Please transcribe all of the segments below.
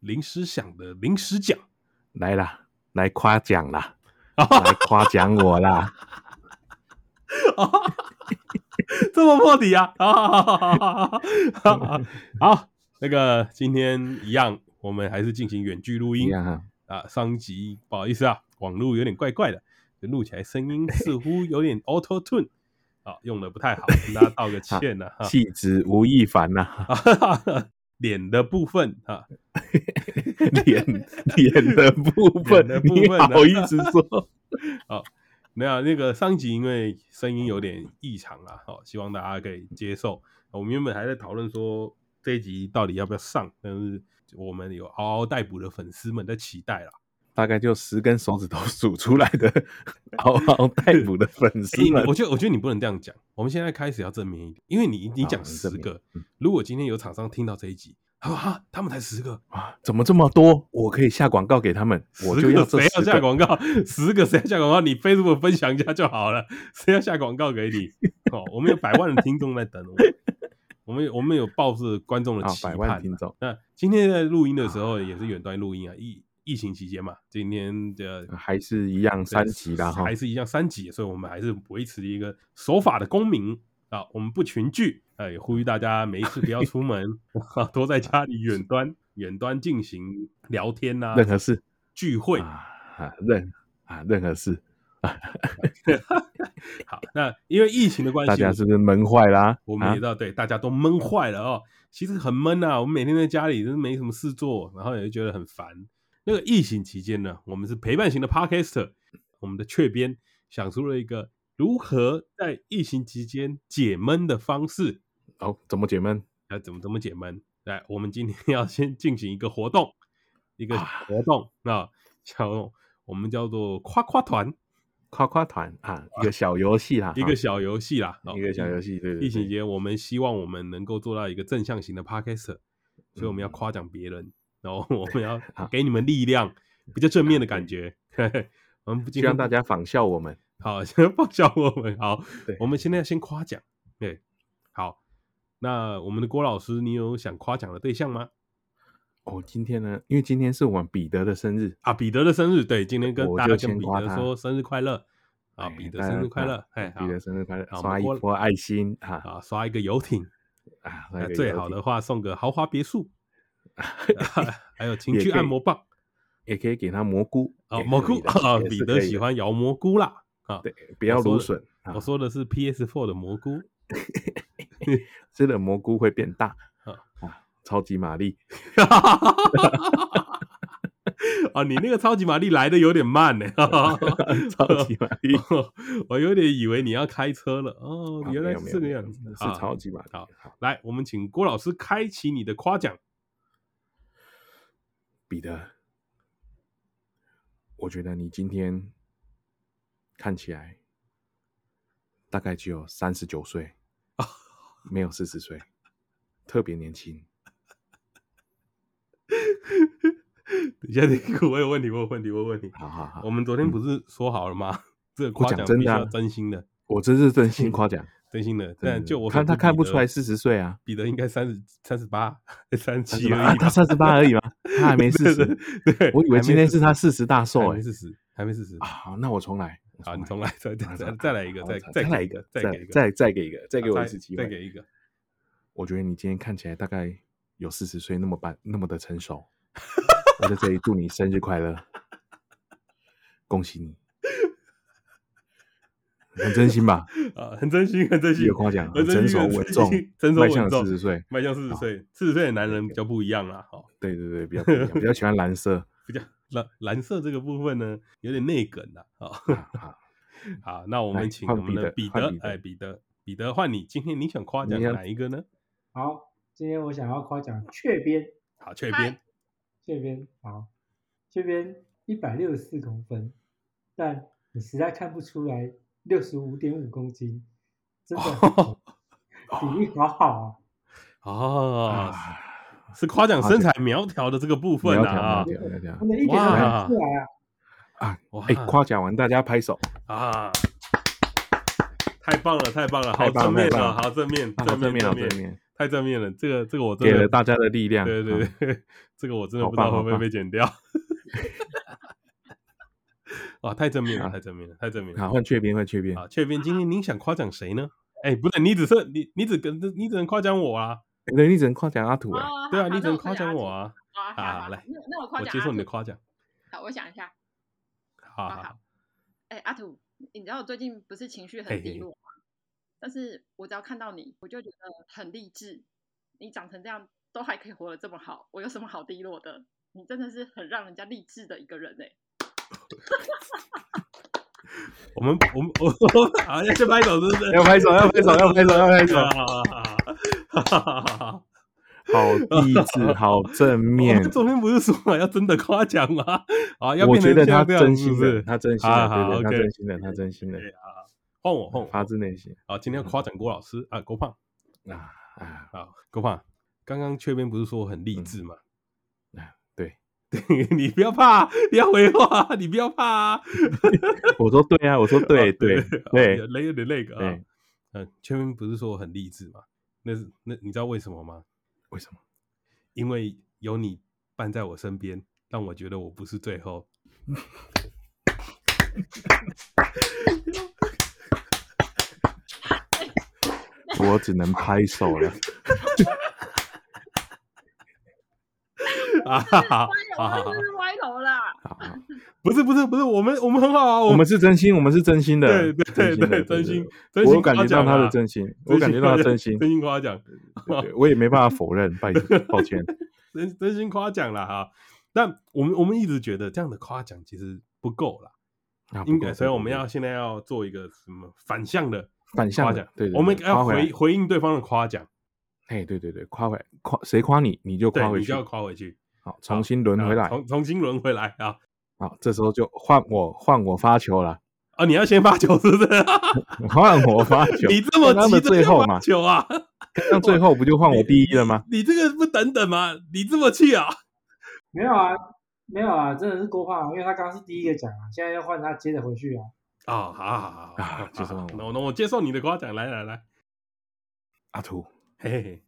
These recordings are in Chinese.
临时想的临时奖。来啦，来夸奖啦， 来夸奖我啦，哦， 这么破底啊！ 好好好好好好好好，那个今天一样，我们还是进行远距录一音样啊，啊。上一集不好意思啊，网络有点怪怪的，就录起来声音似乎有点 auto tune 啊，用的不太好，跟大家道个歉 了哈。气质吴亦凡啊呐， 脸的部分啊，脸脸的部分，脸的部你分啊好意思说？没有啊那个上一集因为声音有点异常啦，好、希望大家可以接受。我们原本还在讨论说这一集到底要不要上，但是我们有嗷嗷待哺的粉丝们在期待啦。大概就十根手指头数出来的 嗷嗷待哺的粉丝欸们我，觉得我觉得你不能这样讲，我们现在开始要正面一点，因为你你好讲我们十正面个嗯，如果今天有厂商听到这一集，他说哈，他们才十个，哇怎么这么多？我可以下广告给他们，我就十个要这谁要十下个。哦广告？十个谁要下广告？你 Facebook 分享一下就好了。谁要下广告给你？哦，我们有百万的听众在等我们，我们有我们有抱着观众的啊，期百盼万嘛。听众，那今天在录音的时候也是远端录音啊，疫疫情期间嘛，今天的还是一样啊三级啦哈还是一样三级，所以我们还是维持一个守法的公民啊，我们不群聚，呃，也呼吁大家没事不要出门， 啊，多在家里远端远端进行聊天呐、任何事聚会啊。啊，任啊任何事，好，那因为疫情的关系，大家是不是闷坏啦？我们啊也知道，对，大家都闷坏了哦。其实很闷啊，我们每天在家里真是没什么事做，然后也就觉得很烦。那个疫情期间呢，我们是陪伴型的 podcaster，我们的雀边想出了一个如何在疫情期间解闷的方式。哦，怎么解闷？要怎么怎么解闷？来，我们今天 要先进行一个活动，一个啊活动啊，叫我们叫做夸夸团，夸夸团啊，一个小游戏啦，一哈个小游戏啦，哦一个小游戏，对对疫情期对，间，我们希望我们能够做到一个正向型的 podcaster，所以我们嗯要夸奖别人，然后我们 要给你们力量，比较正面的感觉。 我们不希望大家仿效我们。好， 先放下我们。好对，我们现在先夸奖。对，好，那我们的郭老师，你有想夸奖的对象吗？哦，今天呢，因为今天是我们彼得的生日，啊，彼得的生日，对，今天跟我大就家先跟彼夸得他说生日快乐啊，哎彼得大家生日快乐，啊哎，好彼得生日快乐，好我刷们一过了波爱心啊啊，刷一个游艇，啊，刷那一个最游好艇的话送个豪华别 墅，啊还有情也趣可以按摩棒。也可以给他 蘑菇啊，也蘑可以菇的啊，也彼是得可以喜的欢摇蘑菇啦啊！对，不要我说芦的笋啊我，说的是 PS4 的蘑菇， 吃了蘑菇会变大啊啊，超级玛丽啊，你那个超级玛丽来的有点慢呢、哦 超级玛丽 我有点以为你要开车了哦啊，原没来有是没有这个没有样子。是啊超级玛丽。好来，我们请郭老师开启你的夸奖。彼得，我觉得你今天看起来大概只有三十九岁，没有四十岁，特别年轻。等一下，等一下我有问题，我有问题，我有问题。好好好我，们昨天不是说好了吗？这个我夸讲奖真必须的啊要真心的，我这是真心夸奖，真心的。真的但就我看所他知看彼不得出来40岁啊彼得应该三十三十 八、三十七38而啊已吧。他三十八而已嘛，他 还没四对十。对对我以为还没今天是40他四十大寿还哎没。四十，还没四十啊，。好那我重来。我好，你重来。来，再再啊再啊再来一个，好再再再来给一一个，再给一个，再再给一个，再再给我一次机会。再给一个。我觉得你今天看起来大概有四十岁那么般那么的成 熟。我在这里祝你生日快乐，恭喜你，很真心吧？啊， 很真心，很真也心有，夸奖，很很成真心熟很稳真重心，成熟迈稳向重四十岁。迈向四十岁，四十岁的男人比较不一样啦。好，对对对，比较不一样比较喜欢 蓝色比较蓝蓝色这个部分呢，有点内梗啦。好，啊啊。好，那我们来请换我们的彼彼得得换彼，得哎，彼得，彼得换你，今天你想夸奖你想哪一个呢？好，今天我想要夸奖雀边，好，雀边，雀边好，雀边一百六十四公分，但你实在看不出来六十五点五公斤，真的很重比例好好啊。 哦，啊是夸奖夸身材奖苗条的这个部苗分条啊苗条苗条真的一点都看不出来啊！啊！哇哎，夸奖完大家拍手，啊！太棒了，太棒了，好太棒正面太棒啊，了好正面，啊正正面面，好正正面，面，太正面了，这个这个我真给的了大家的力量。对对啊对，这个我真的好不知道棒会好不会棒被剪掉。啊，太正面了，太正面了，太正面了。好，换雀边，换雀边。啊，雀斌，今天您想夸奖谁呢？哎，不对，你只是你你只跟你只能夸奖我啊。诶哎对，你只能夸奖阿土哎。哦对啊，好你只那能我夸奖我啊。阿啊土！啊，好好来那那我夸我奖接阿受你的土夸奖。好，我想一下。好好好好，哎，阿土，你知道我最近不是情绪嘿很嘿低嘿落吗？但是我只要看到你，我就觉得很励志。你长成这样都还可以活得这么好，我有什么好低落的？你真的是很让人家励志的一个人哎、我们我们我好要先拍手，是不是？哎要拍手，要拍手，要拍手，要拍手！好好好好好。好励志，好正 面我们。昨天不是说了要真的夸奖吗？ 啊，要我变觉成得这他样真是不心是的，？他真心好的，好对对，他 OK 真心的，他真心的对，啊，换我换我发自内心啊！今天要夸奖郭老师啊，郭胖啊啊！啊，郭胖，刚刚缺边不是说我很励志吗？嗯啊对， 你不要怕，你要回话，你不要怕啊！我说对啊，我说对 啊对啊对雷有点那个啊对。，嗯，缺边不是说我很励志吗？那是那你知道为什么吗？为什么？因为有你伴在我身边，让我觉得我不是最后。 我只能拍 手了。啊哈哈，好哎好呦，好 我真，是歪头啦！好，好不是不是不是，我们我们很好啊，啊我们是真心，我们是真心的对，对的对，真心。对真心我感觉夸到奖他的啊真心，我感觉到他真心，真心啊夸奖，对对我也没办法否认，抱歉抱歉。真真心夸奖了哈。但我们我们一直觉得这样的夸奖其实不够啦，啊不应过该，对所以我对们对要现在要做一个什么反向的反向夸的奖，对对对我们夸要回来回回应对方的夸奖，哎，对对对，夸回夸谁夸你，你就对夸，回你去就，要夸回去，好，重新轮回啊来，重重新轮回来啊好，这时候就换我换我发球了， 啊！你要先发球是不是？换我发球，你这么刚刚急的着最要后发嘛球啊？那最后不就换我第一了吗？你这个不等等吗？你这么气啊？没有啊，没有啊，真的是郭胖啊，因为他刚刚是第一个讲啊，现在要换他接着回去啊。啊，好好好好好啊就是好我那我那我接受你的夸奖，来来来，阿图，嘿嘿，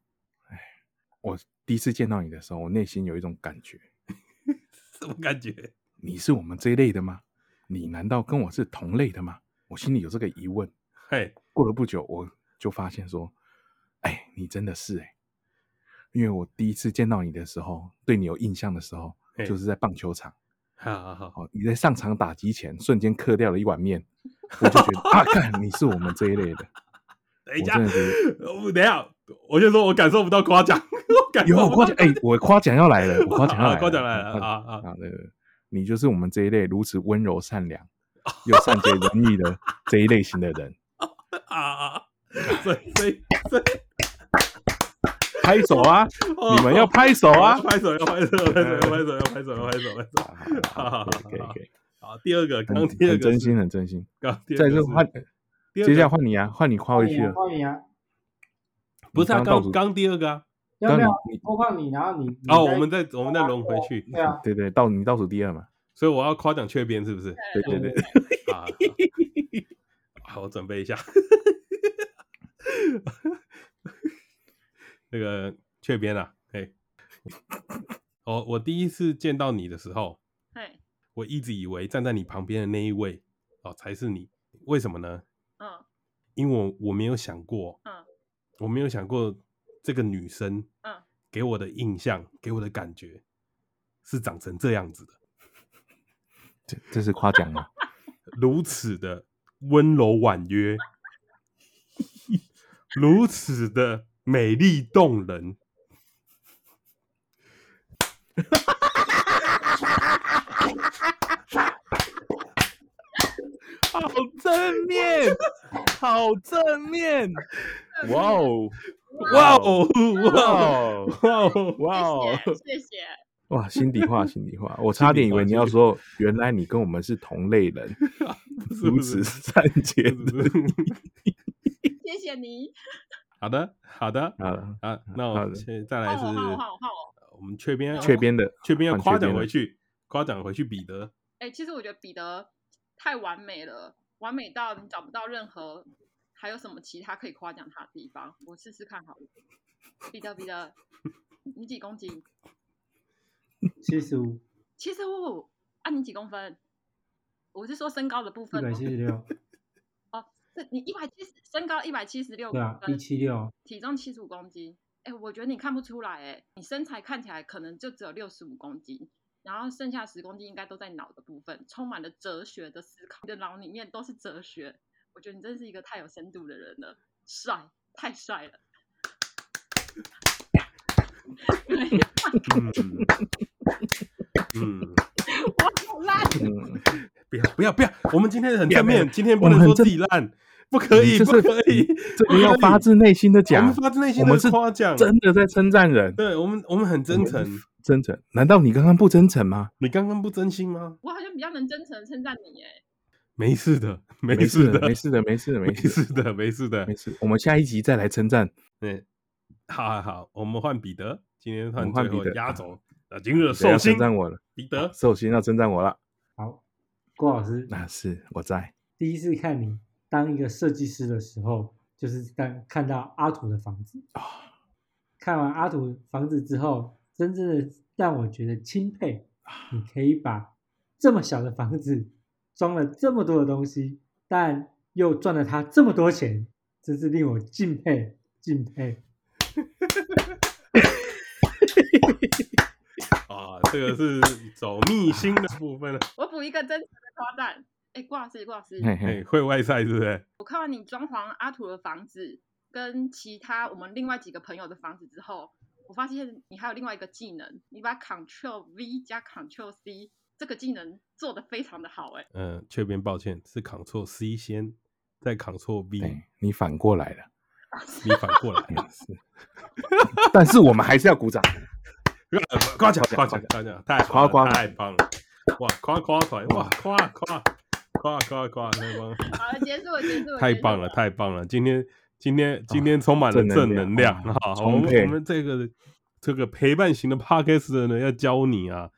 我第一次见到你的时候，我内心有一种感觉，什么感觉？你是我们这一类的吗？你难道跟我是同类的吗？我心里有这个疑问。嘿，过了不久，我就发现说，哎，你真的是哎、因为我第一次见到你的时候，对你有印象的时候嘿，就是在棒球场。好好好，哦，你在上场打击前瞬间嗑掉了一碗面，我就觉得 啊，看你是我们这一类的。等一我下真的觉，我等一下，我就说我感受不到夸奖， 我感有受我不夸到奖，哎、我夸奖要来了，我夸奖要来啊 了，夸奖来了我啊夸啊！啊，对对，对你就是我们这一类如此温柔 善良又善解人意的这一类型的人。啊啊！所以所以所以拍手 啊，哦 你们要拍手要啊！ 拍手要拍手要拍手要拍手要拍手要拍手要拍手。好好好可以可以可以，好，第二个，刚刚很第二很个真是，心很真心。刚刚第二再个就是换，第二接下来个换你啊，换你夸回去了。欢迎啊，不是啊，你刚刚刚倒数嗯刚第二个啊，要不要你郭胖你，然后你你哦，再我们再我们再轮回去，对啊，对对，到你倒数第二嘛。所以我要夸奖缺边是不是？对对对，啊，好，我准备一下。那个雀边啊，哎，我我第一次见到你的时候，哎，我一直以为站在你旁边的那一位哦才是你，为什么呢？嗯因为我我没有想过，嗯我没有想过这个女生嗯，给我的印象，给我的感觉是长成这样子的，这这是夸 奖吗？如此的温柔婉约，如此的美丽动人。好正面，好正面，哇 哦，哇哦，哇哦，哦，哇哦！哇哦，谢谢谢谢，哇，心底话，心底话，我差点以为你要说，原来你跟我们是同类人，不 是 如不是此善解不是 不是谢谢你。好的，好的， 好了，啊，那我好的们现再来换是我换我换我换我。我们雀边，雀边的雀边要换夸雀奖边回了去，夸奖回去彼得。哎、其实我觉得彼得太完美了，完美到你找不到任何还有什么其他可以夸奖他的地方。我试试看好了。彼得彼得，你几公斤？七十五、七十五啊，你几公分？我是说身高的部一分百哦，七十六，是你一百七十，身高一百七十六对公啊，一分，七六，体重七十五公斤。哎、我觉得你看不出来、哎，你身材看起来可能就只有六十五公斤，然后剩下十公斤应该都在脑的部分，充满了哲学的思考，你的脑里面都是哲学。我觉得你真是一个太有深度的人了，帅，太帅了。 嗯嗯，我好烂，嗯，不要不要不要，我们今天很不要正不要面，今天不我们能很说自正己烂，不可以就不是可以，这不个要可发以自内心的我讲们，发自内心我们的是夸奖，真的在称赞人，对我们我们很真诚。真诚。难道你刚刚不真诚吗？你刚刚不真心吗？我好像比较能真诚地称赞你、哎，没事的，没没事的，没 事的，没事的，没没事的，事的，没事的没。事。我们下一集再来称赞。嗯，好好好，我们换彼得，今天我换们换最后彼得压轴啊，今日彼得寿要星称赞我了，彼得，寿星要称赞我了。好，郭老师，那是我在，第一次看你当一个设计师的时候，就是当看到阿土的房子啊看完阿土房子之后，真正的让我觉得钦佩，你可以把这么小的房子装了这么多的东西，但又赚了他这么多钱，真是令我敬佩敬佩。啊，这个是走秘辛的部分了。我补一个真诚的夸赞。哎、郭老师，郭老师，嘿 嘿，哎，会外赛是不是？我看完你装潢阿土的房子跟其他我们另外几个朋友的房子之后，我发现你还有另外一个技能，你把 Ctrl V 加 Ctrl C 这个技能做得非常的好、哎，嗯，确边抱歉，是 Ctrl C 先，再 Ctrl V，对你反过来了，你反过 来。嗯是。但是我们还是要 鼓掌。呃夸奖夸夸奖奖夸夸奖奖，太夸棒了夸太棒了！哇，夸夸团哇，夸夸夸夸夸，太棒了！好了，结束了，结束了，太结束棒了，太棒了！今天今天今天充满了啊正能正量能量啊哈！我充们沛我们这个这个陪伴型的 podcast 呢，要教你啊，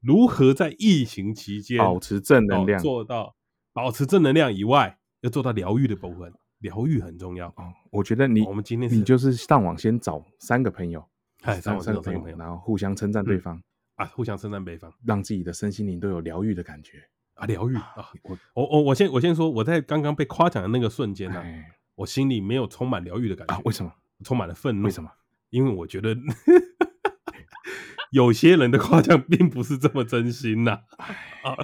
如何在疫情期间保持正能量哦做到保持正能量以外，要做到疗愈的部分，疗愈很重要。哦，我觉得你我们今天是你就是上网先找三个朋友，哎，三三我三个个朋朋友朋友然后互相称赞对方，啊，互相称赞对方让自己的身心灵都有疗愈的感觉。啊，疗愈啊！我我我我先我先说，我在刚刚被夸奖的那个瞬间呢、哎我心里没有充满疗愈的感觉，啊，为什么？充满了愤怒。为 什么？因为我觉得 有些人的夸奖并不是这么真心呐、啊哎啊！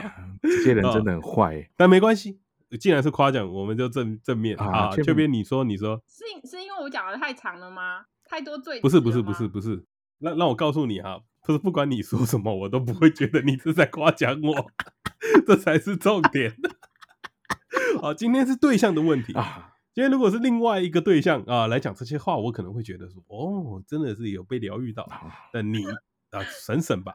呀，这些人真的很坏欸。但没关系，既然是夸奖，我们就正正面啊啊。确这边实你说，你说，是因是因为我讲的太长了吗？太多罪不是词不是了不吗是，不是，让让我告诉你哈、不是不管你说什么，我都不会觉得你是在夸奖我， 这才是重点。 啊，今天是对象的问题啊，今天如果是另外一个对象啊来讲这些话，我可能会觉得说，哦，真的是有被疗愈到。好但你啊，省省吧。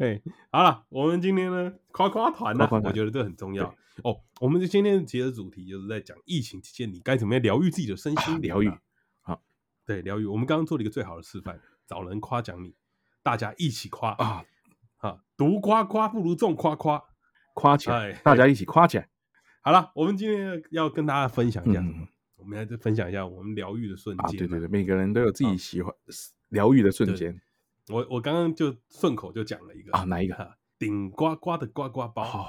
哎，好了，我们今天呢，夸夸团呢夸夸，团我觉得这很重要哦。我们今天节的主题就是在讲疫情期间你该怎么样疗愈自己的身心灵啊疗愈。好，对，疗愈。我们刚刚做了一个最好的示范，找人夸奖你，大家一起夸啊啊，啊，独夸夸不如众夸夸。夸起哎来，大家一起夸起来。好了，我们今天要跟大家分享一下什么？嗯我们来再分享一下我们疗愈的瞬间、啊，对对对，，每个人都有自嗯己喜欢疗愈的瞬间。我我刚刚就顺口就讲了一个啊哪一个哈顶呱呱的呱呱包、哦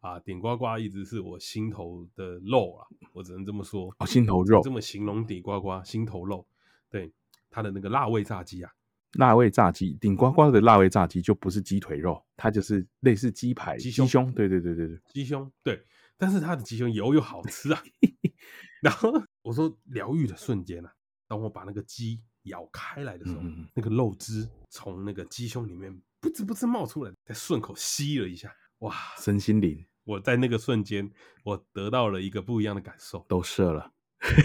啊，顶呱呱一直是我心头的肉啊，我只能这么说。哦，心头肉这，么形容顶呱呱心头肉，对它的那个辣味炸鸡啊，辣味炸鸡，顶呱呱的辣味炸鸡就不是鸡腿肉，它就是类似鸡排、鸡鸡胸胸。对对对对对，鸡胸对，但是它的鸡胸油又好吃 啊。然后我说疗愈的瞬间啊，当我把那个鸡咬开来的时候，嗯嗯嗯那个肉汁从那个鸡胸里面不知不知冒出来，再顺口吸了一下，哇！身心灵我在那个瞬间，我得到了一个不一样的感受。 都射了。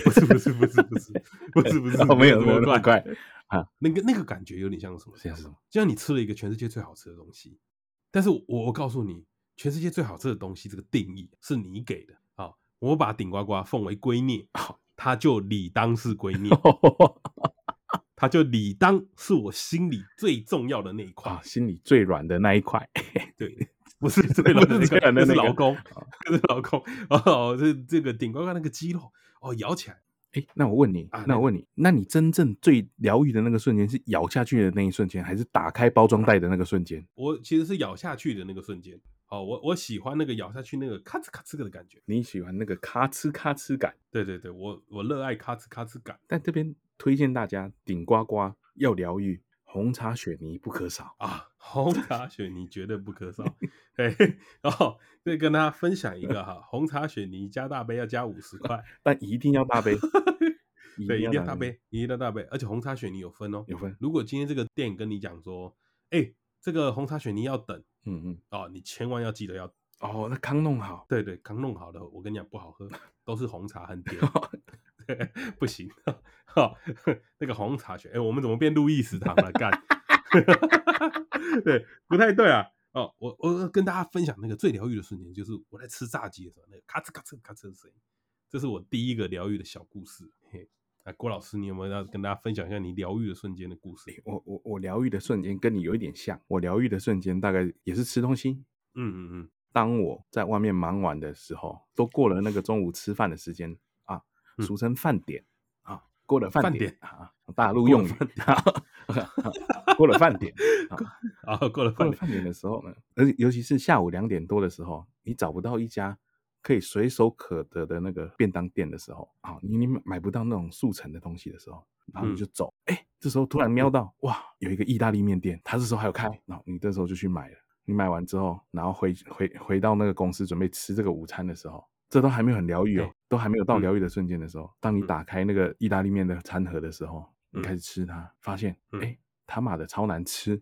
不是不是不是不是不是不是，哦没有这么没有那么快啊！那个那个感觉有点像什么？像什么？就像你吃了一个全世界最好吃的东西，但是我我告诉你，全世界最好吃的东西这个定义是你给的啊！我把顶呱呱奉为圭臬，它就理当是圭臬，哦它就理当是我心里最重要的那一块哦啊，。心里最软的那一块，对，不是最软的不是最软那的个，那是啊那个劳工。这老公哦，这这个顶呱呱那个肌肉哦，摇起来，哎，那我问你啊，那我问你，那你真正最疗愈的那个瞬间是咬下去的那一瞬间，还是打开包装袋的那个瞬间？我其实是咬下去的那个瞬间。哦，我我喜欢那个咬下去那个咔哧咔哧的感觉。你喜欢那个咔哧咔哧感？对对对，我我热爱咔哧咔哧感但这边推荐大家，顶呱呱要疗愈，红茶雪泥不可少。啊！红茶雪泥绝对不可 少。对，然后再跟大家分享一个哈，红茶雪泥加大杯要加五十 块，但一定要大 杯，对，一定要大，杯，一定要大杯，而且红茶雪泥有分哦。有分，如果今天这个店跟你讲说，哎，这个红茶雪泥要等嗯嗯，哦，你千万要记得要哦，那康弄好，对对，刚弄好的，我跟你讲不好喝，都是红茶很甜，对不行。哈，那个红茶雪，哎，我们怎么变路易食堂了？干，对，不太对啊。哦，我我跟大家分享那个最疗愈的瞬间，就是我在吃炸鸡的时候，那个咔哧咔哧咔哧的声音，这是我第一个疗愈的小故事。嘿，哎，郭老师，你有没有要跟大家分享一下你疗愈的瞬间的故事？我我我疗愈的瞬间跟你有一点像，我疗愈的瞬间大概也是吃东西。嗯嗯嗯，当我在外面忙完的时候，都过了那个中午吃饭的时间啊，嗯俗称饭点啊，过了饭饭点啊，大陆过了用语，过了饭点，啊， 过了过饭了点，饭点的时候呢，而且尤其是下午两点多的时候，你找不到一家可以随手可得的那个便当店的时候，啊，你你买买不到那种速成的东西的时候，然后你嗯就走，哎、这时候突然瞄到，哇，有一个意大利面店，它这时候还有开，哦然后你这时候就去买了。你买完之后，然后回回回到那个公司准备吃这个午餐的时候，这都还没有很疗愈哦对，都还没有到嗯疗愈的瞬间的时候，当你嗯打开那个意大利面的餐盒的时候，你嗯开始吃它，发现嗯哎他妈的超难吃，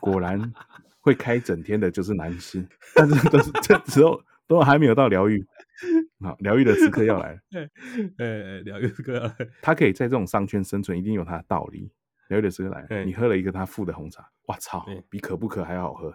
果然会开整天的就是难吃，但是都是这时候都还没有到疗愈，好疗愈的时刻要来了，哎哎，疗愈这 个，他可以在这种商圈生存，一定有他的道理。疗愈的时刻来对了，你喝了一个他付的红茶，哇操对，比可不可还要好喝。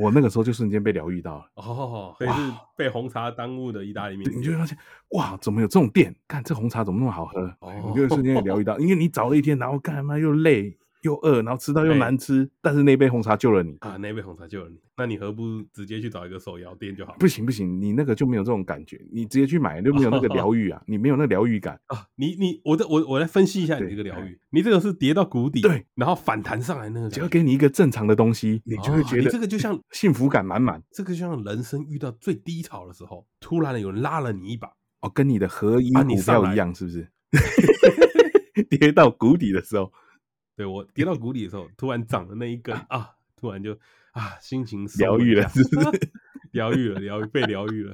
我那个时候就瞬间被疗愈到了。哦，所以是被红茶耽误的意大利面对，你就会发现，哇，怎么有这种店？看这红茶怎么那么好喝？哦我就会瞬间也疗 愈到，因为你找了一天，然后干嘛又累又饿，然后吃到又对难吃，但是那杯红茶救了你。啊，那杯红茶救了你，那你何不直接去找一个手摇店就好了？不行不行，你那个就没有这种感觉，你直接去买就没有那个疗愈啊，你没有那疗愈感。啊，你你我这我我来分析一下你对这个疗愈哎，你这个是跌到谷底，对，然后反弹上来那个只感要觉，给你一个正常的东西，你就会哦觉你得这个就像幸福感满满这个就像人生遇到最低潮的时候，突然有人拉了你一把，哦，跟你的合一啊股你上票来一样，是 不是？跌到谷底的时候，对我跌到谷底的时候，突然长了那一 根啊，突然就啊心情松疗愈一了下是不是 疗愈了，疗愈被疗愈了，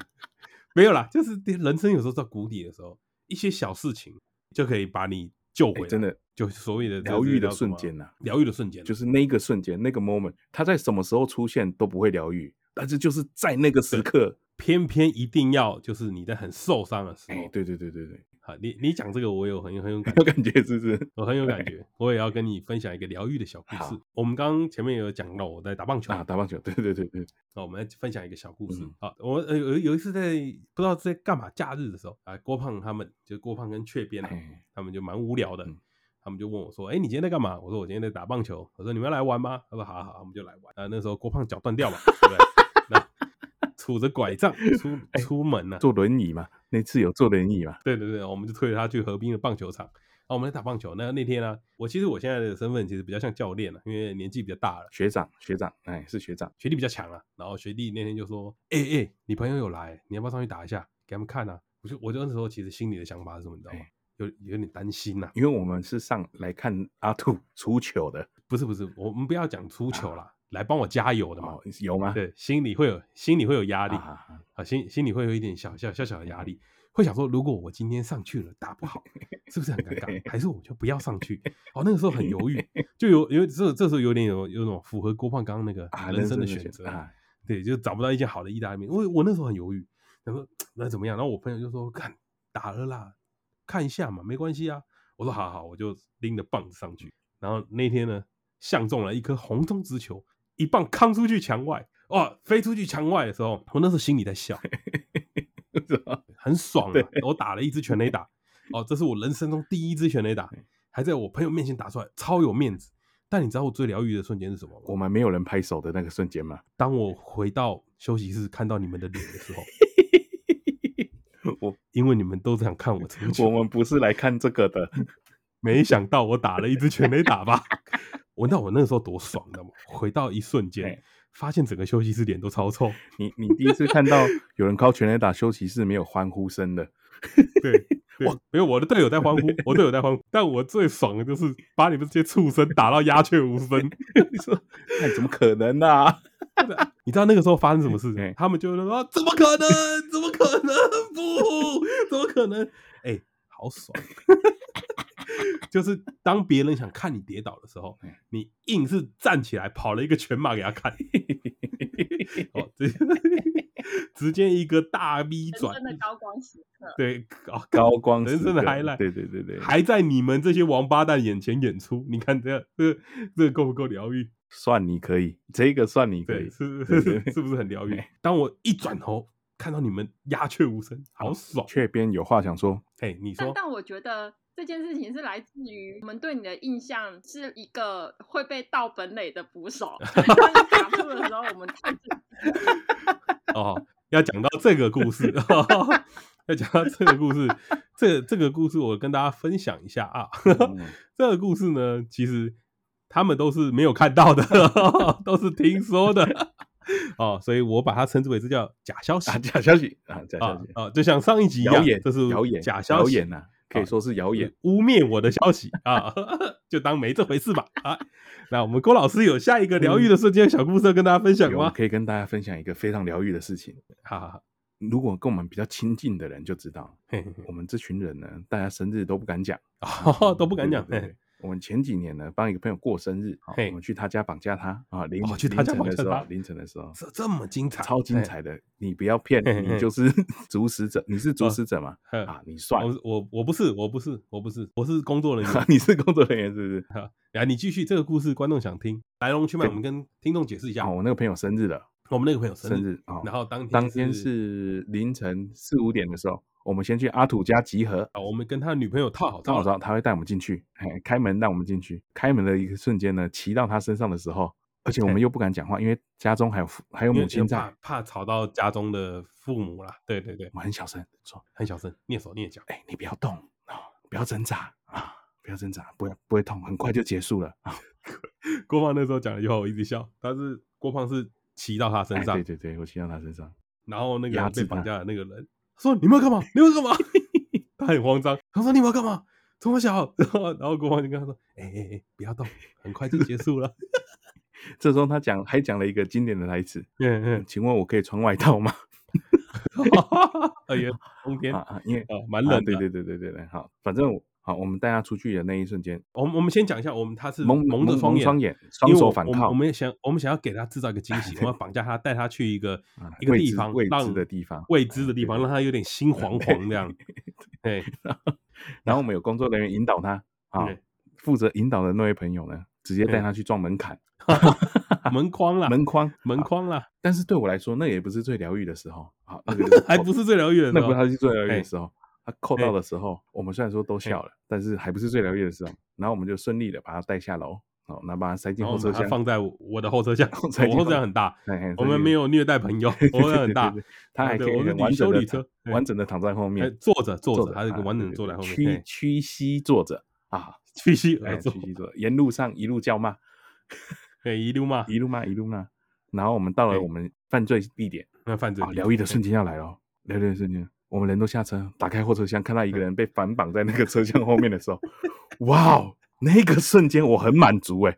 没有啦，就是人生有时候到谷底的时候，一些小事情就可以把你救回哎来，真的就所谓的这疗这愈叫的什瞬么间呐疗愈的瞬间就是那一个瞬间，那个 moment，它在什么时候出现都不会疗愈，但是就是在那个时刻，偏偏一定要就是你在很受伤的时哎候，，对对对对对，好，你你讲这个我有很有很有感有觉，感觉是不是？我很有感觉，我也要跟你分享一个疗愈的小故事好。我们刚刚前面有讲到我在打棒球啊，打棒球，对对对对，那我们来分享一个小故事嗯。好，我呃有有一次在不知道在干嘛假日的时候啊，郭胖他们就郭胖跟雀边啊，哎，他们就蛮无聊的嗯，他们就问我说：“哎，你今天在干嘛？”我说：“我今天在打棒球。”我说：“你们要来玩吗？”他说：“好啊好啊，我们就来玩。”啊，那时候郭胖脚断掉嘛，对不对？那杵着拐杖出出门呢、坐轮椅嘛，那次有坐轮椅嘛，对对对，我们就推着他去河滨的棒球场。啊，我们在打棒球。那那天呢、我其实我现在的身份其实比较像教练了、啊因为年纪比较大了，学长学长，哎，是学长，学弟比较强啊。然后学弟那天就说：“哎、哎、你朋友有来，你要不要上去打一下，给他们看啊？”我就我就那时候其实心里的想法是什么，你知道吗哎？有有点担心呐、啊因为我们是上来看阿兔出糗的，不是不是，我们不要讲出糗啦，来帮我加油的嘛。哦，有吗？对，心里会有心里会有压力啊啊，心心里会有一点小小小小的压力，会想说，如果我今天上去了打不好，是不是很尴尬？还是我就不要上去？哦，那个时候很犹豫，就有有这这时候有点有有种符合郭胖刚刚那个啊，人生的选选择，啊， 对，就找不到一间好的意大利面。因为我那时候很犹豫，想说那怎么样？然后我朋友就说：“看打了啦，看一下嘛，没关系啊。”我说：“好好，我就拎着棒子上去。”然后那天呢，相中了一颗红中之球，一棒扛出去墙外，哇，飞出去墙外的时候，我那时候心里在笑，是吧很爽啊！我打了一支全垒打，哦，这是我人生中第一支全垒打，还在我朋友面前打出来，超有面子。但你知道我最疗愈的瞬间是什么吗？我们没有人拍手的那个瞬间嘛，当我回到休息室看到你们的脸的时候，我因为你们都想看我成球我，们不是来看这个的，没想到我打了一支全垒打吧。 我那我那个时候多爽，你知道吗？回到一瞬间哎，发现整个休息室脸都超 臭。 你你第一次看到有人靠全垒打休息室没有欢呼声的，对，对没有我的队友在欢 呼，我队友在欢呼，但我最爽的就是把你们这些畜生打到鸦雀无声。你说， 哎，怎么可能呢、啊？你知道那个时候发生什么事情哎？他们就说：“啊怎么可能？怎么可能？不，怎么可能？”哎、好爽！ 就是当别人想看你跌倒的时候哎，你硬是站起来跑了一个全马给他 看。哦，直 直接一个大 V 人转生，的高光时刻，对，哦， 高光人时生的刻 highlight 对对对对，还在你们这些王八蛋眼前演出，你看这这这够不够疗愈？算你可以，这个算你可对，以，是对是对哎是不是很疗愈对？当我一转头看到你们鸦雀无声，哦好爽！雀边有话想 说，哎， 你但说但我觉得这件事情是来自于我们对你的印象是一个会被盗本垒的捕手， 但是打出的时候我们太紧哦，要讲到这个故事， 要讲到这个故事，这这个故事我跟大家分享一下啊。 嗯这个故事呢，其实他们都是没有看到的， 都是听说的。哦，所以我把它称之为这叫假消息啊，假消息啊，假啊消息，啊，就像上一集一样谣言，这是谣言，假消谣息言呐，可以说是谣言。污蔑我的消息啊， 就当没这回事吧啊。 那我们郭老师有下一个疗愈的瞬间小故事要跟大家分享嗯有我吗？可以跟大家分享一个非常疗愈的事情。好好好，如果跟我们比较亲近的人就知道，嘿嘿嘿我们这群人呢，大家生日都不敢讲， 哦，都不敢讲，对对对嘿我们前几年呢，帮一个朋友过生日，好嘿我们去他家绑架他啊，凌哦去他家凌晨绑架的时他候，凌晨的时候，这这么精彩，超精彩的，你不要骗，嘿嘿嘿哦你就是 主使者，你是主使者嘛？嘿。啊，嗯你我算， 我我不是我不是我不是我哦是工作人员，你是工作人员是不是？来，你继续这个故事，观众想听来龙去脉，对我们跟听众解释一下啊，。我那个朋友生日了，我们那个朋友生日，日啊，然后当当天是是凌晨四五点的时候，我们先去阿土家集合，啊，我们跟他女朋友套好正套好了，说他会带我们进去，哎，开门让我们进去。开门的一个瞬间呢，骑到他身上的时候，而且我们嘿又不敢讲话，因为家中还有父还有因为母亲在，怕怕吵到家中的父母啦。对对对，我们很小声说很小声，蹑手蹑脚：“。哎，你不要动啊、不要挣扎啊，不要挣扎，不要不会痛，很快就结 束了啊。郭胖那时候讲了一句话，我一直笑，他是郭胖是骑到他身哎”上，对对对，我骑到他身上，然后那压个制被他绑架的那个人说：“你们要干嘛？你们要干嘛？” 他很慌张，他说：“你们要干嘛？这么小？”然后然后郭胖就跟他说：“哎哎哎，不要动，很快就结束 了。这时候他讲还讲了一个经典的台词嗯”嗯请问我可以穿外套吗？嗯， 哎 呀，冬天啊啊，啊，因为蛮冷啊的对。对对对对对，好，反正我好，我们带他出去的那一瞬间，我们我们先讲一下，我们他是蒙蒙着双眼，眼，因双为手我反我们铐我，们也想我们想要给他制造一个惊 喜，我们要绑架他，带他去一个啊一个未地知方，未知让的地方啊未知的地方，对让他有点 心惶惶这样。 哎，然后我们有工作人员引导他啊对，负责引导的那位朋友呢，直接带他去撞门槛、 门框啦，门框、门啊。框啦，但是对我来说，那也不是最疗愈的时候啊， 那个就是还不是最疗愈的时那候，不是他是最疗愈哎的时候。他扣到的时候，我们虽然说都笑了，但是还不是最疗愈的时候。然后我们就顺利的把他带下楼，哦，那把他塞进然后后我车们把它厢。放在我我的后 车厢，我塞进后车厢很 大，嘿嘿我们没有虐待朋友，对对我车对厢很对大对，他还对可以我是很旅完整修的理车哎完整的躺在后哎面，坐着坐坐着，他是个啊完对整地对坐在对后面，屈哎屈膝坐着 啊，屈膝哎而屈坐，膝坐着，沿路上一路叫骂，哎，一溜嘛，一路骂一路骂，然后我们到哎了我们犯罪地点，那犯罪啊，疗愈的瞬间，间要来了，疗愈的瞬间，我们人都下车，打开后车厢，看到一个人被反绑在那个车厢后面的时候，哇哦，那个瞬间我很满足哎、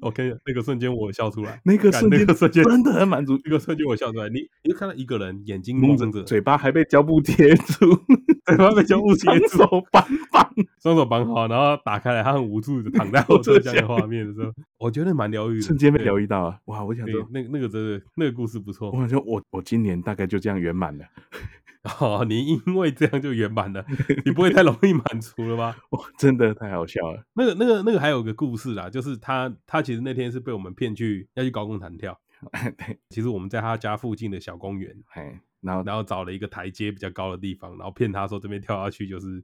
OK，那个瞬间我笑出来，那个干瞬那间个瞬间真的很满足，那个瞬间我笑出来，你你就看到一个人眼睛蒙着蒙着，嘴巴还被胶布贴住，嘴巴被胶布贴 双住，手反绑，双手绑好，然后打开来，他很无助的躺在后车厢的画面的时 候，我觉得蛮疗愈的，瞬间被对疗愈到了，哇！我想对说，，那个那个真的那个故事不错我，想说我我今年大概就这样圆满了， 哦，你因为这样就圆满了，你不会太容易满足了吧？哇，真的太好笑了， 那个、那个、那个还有个故事啦，就是他他其实那天是被我们骗去要去高空弹跳，对，其实我们在他家附近的小公园，哎，然后然后找了一个台阶比较高的地方，然后骗他说这边跳下去 就是，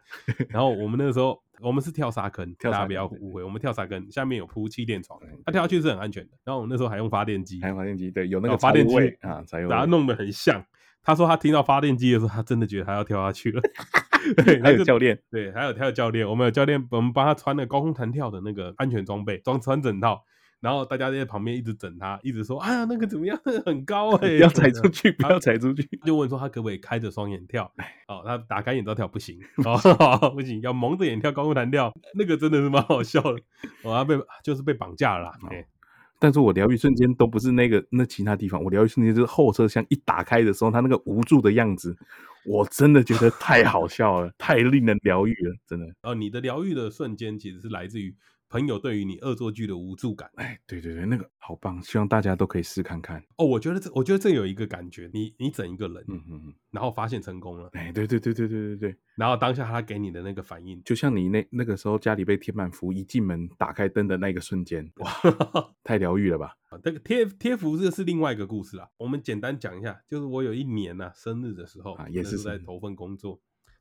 然后我们那个时候我们是跳沙坑，跳沙大家坑不要对误会，我们跳沙坑下面有铺气垫床对，他跳下去是很安全的。然后我们那时候还用发电机，还有发电机，对，有那哦个发电柴油味机啊，柴油把它味弄得很像。他说他听到发电机的时候，他真的觉得他要跳下去 了。对，还他有就教练，对，还有还有教练，我们有教练，我们帮他穿了高空弹跳的那个安全装备，装穿整套，然后大家在旁边一直整他，一直说啊那个怎么样， 那个很高哎、 不欸，要踩出去。去，不要踩出去，就问说他可不可以开着双眼跳？哎哦，他打开眼罩跳不行，哦， 不行，要蒙着眼跳高空弹跳，那个真的是蛮好笑的。哦，他被就是被绑架了哦啦，哎、但是我疗愈瞬间都不是那个那其他地方，我疗愈瞬间就是后车厢一打开的时候，他那个无助的样子，我真的觉得太 好笑了，太令人疗愈了，真的。哦，你的疗愈的瞬间其实是来自于朋友对于你恶作剧的无助感。哎，对对对，那个好棒，希望大家都可以试看看。哦，我觉得这，我觉得这有一个感觉，你你整一个人，嗯嗯，嗯，然后发现成功了，哎，对对对对对对对，然后当下他给你的那个反应， 就像你那那个时候家里被贴满符，一进门打开灯的那个瞬间，哇，太疗愈了吧？这个贴贴符这是另外一个故事啦。我们简单讲一下，就是我有一年呐、生日的时候，啊也是那时候在生日投份工作，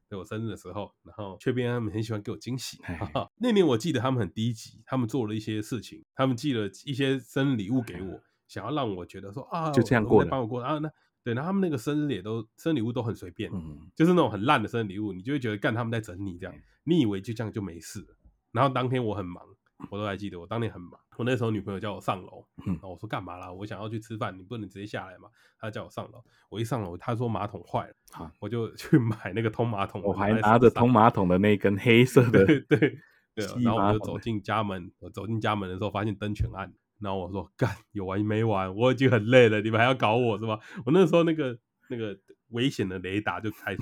对我生日的时候，然后雀边他们很喜欢给我惊喜 啊哎。那年我记得他们很低级，他们做了一些事情，他们寄了一些生日礼物给我，想要让我觉得说啊，啊就这样我过在了帮我过啊。那对，然后他们那个生日也都生日礼物都很随便，嗯，就是那种很烂的生日礼物，你就会觉得干他们在整你这样嗯，你以为就这样就没事了。然后当天我很忙，我都还记得，我当天很忙。我那时候女朋友叫我上楼，嗯然后我说干嘛啦？我想要去吃饭，你不能直接下来嘛。她叫我上楼，我一上楼，她说马桶坏了，啊我就去买那个通马桶，我还拿在拿着手上通马桶的那根黑色的，对对对啊，吸然后我马就桶走的进家门，我走进家门的时候发现灯全暗，然后我说干有完没完？我已经很累了，你们还要搞我是吧？我那时候那个那个危险的雷达就开始，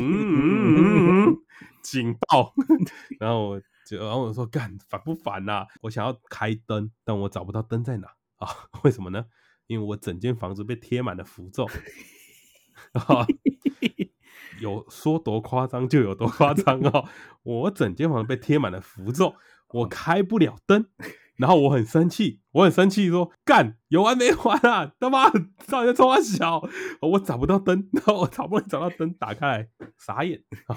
嗯嗯嗯嗯，警报， 然后我就然后我说干烦不烦呐、我想要开灯，但我找不到灯在哪啊？ 为什么呢？因为我整间房子被贴满了符咒。 啊，有说多夸张就有多夸张哦！我整间房被贴满了符咒，哦我开不了 灯，然后我很生气，我很生气说干有完没完啊！他妈的，到底在冲我小，我找不到灯，然后我好不容易找到灯，打开来傻眼，哦、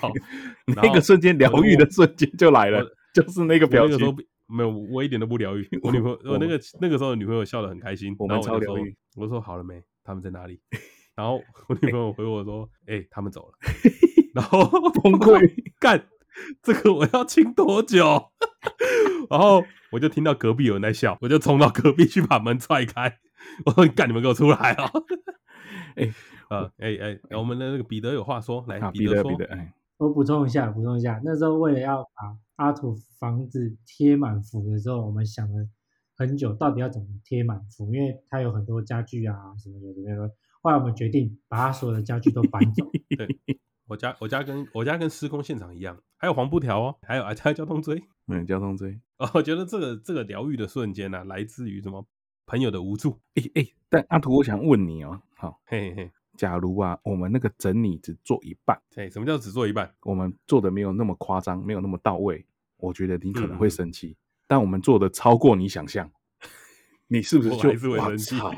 然 那后个瞬间疗愈的瞬间就来我了，就是那个我那表个时候情。不没有，我一点都不疗愈。我我女 朋友，我我那个那个时候的女朋友笑得很开心，我然们后我就超说疗愈，我说好了没？他们在 哪里？然后我女朋友回我说，哎、他们走了。然后崩溃，干，这个我要清多久？ 然后我就听到隔壁有人在笑，我就冲到隔壁去把门踹开。我说干，你们给我出来哦！哎 呃，哎哎，我们的那个彼得有话说，来，啊，彼彼得得说彼，得，哎，我补充一下，补充一下，那时候为了要把阿土房子贴满符的时候，我们想了很久，到底要怎么贴满符，因为它有很多家具啊什么有的没的。后来我们决定把它所有的家具都搬走，我家我家跟我家跟施工现场一样，还有黄布条哦，还有啊，还有交通锥。 嗯，交通锥，哦，我觉得这个这个疗愈的瞬间呢、啊来自于什么？朋友的无助，哎哎，但阿图，我想问你哦，好，嘿嘿嘿，假如啊，我们那个整理只做一半，对，什么叫只做一半？我们做的没有那么夸张，没有那么到位，我觉得你可能嗯会生气。但我们做的超过你想象， 你是不是我就还是会生气 哇操。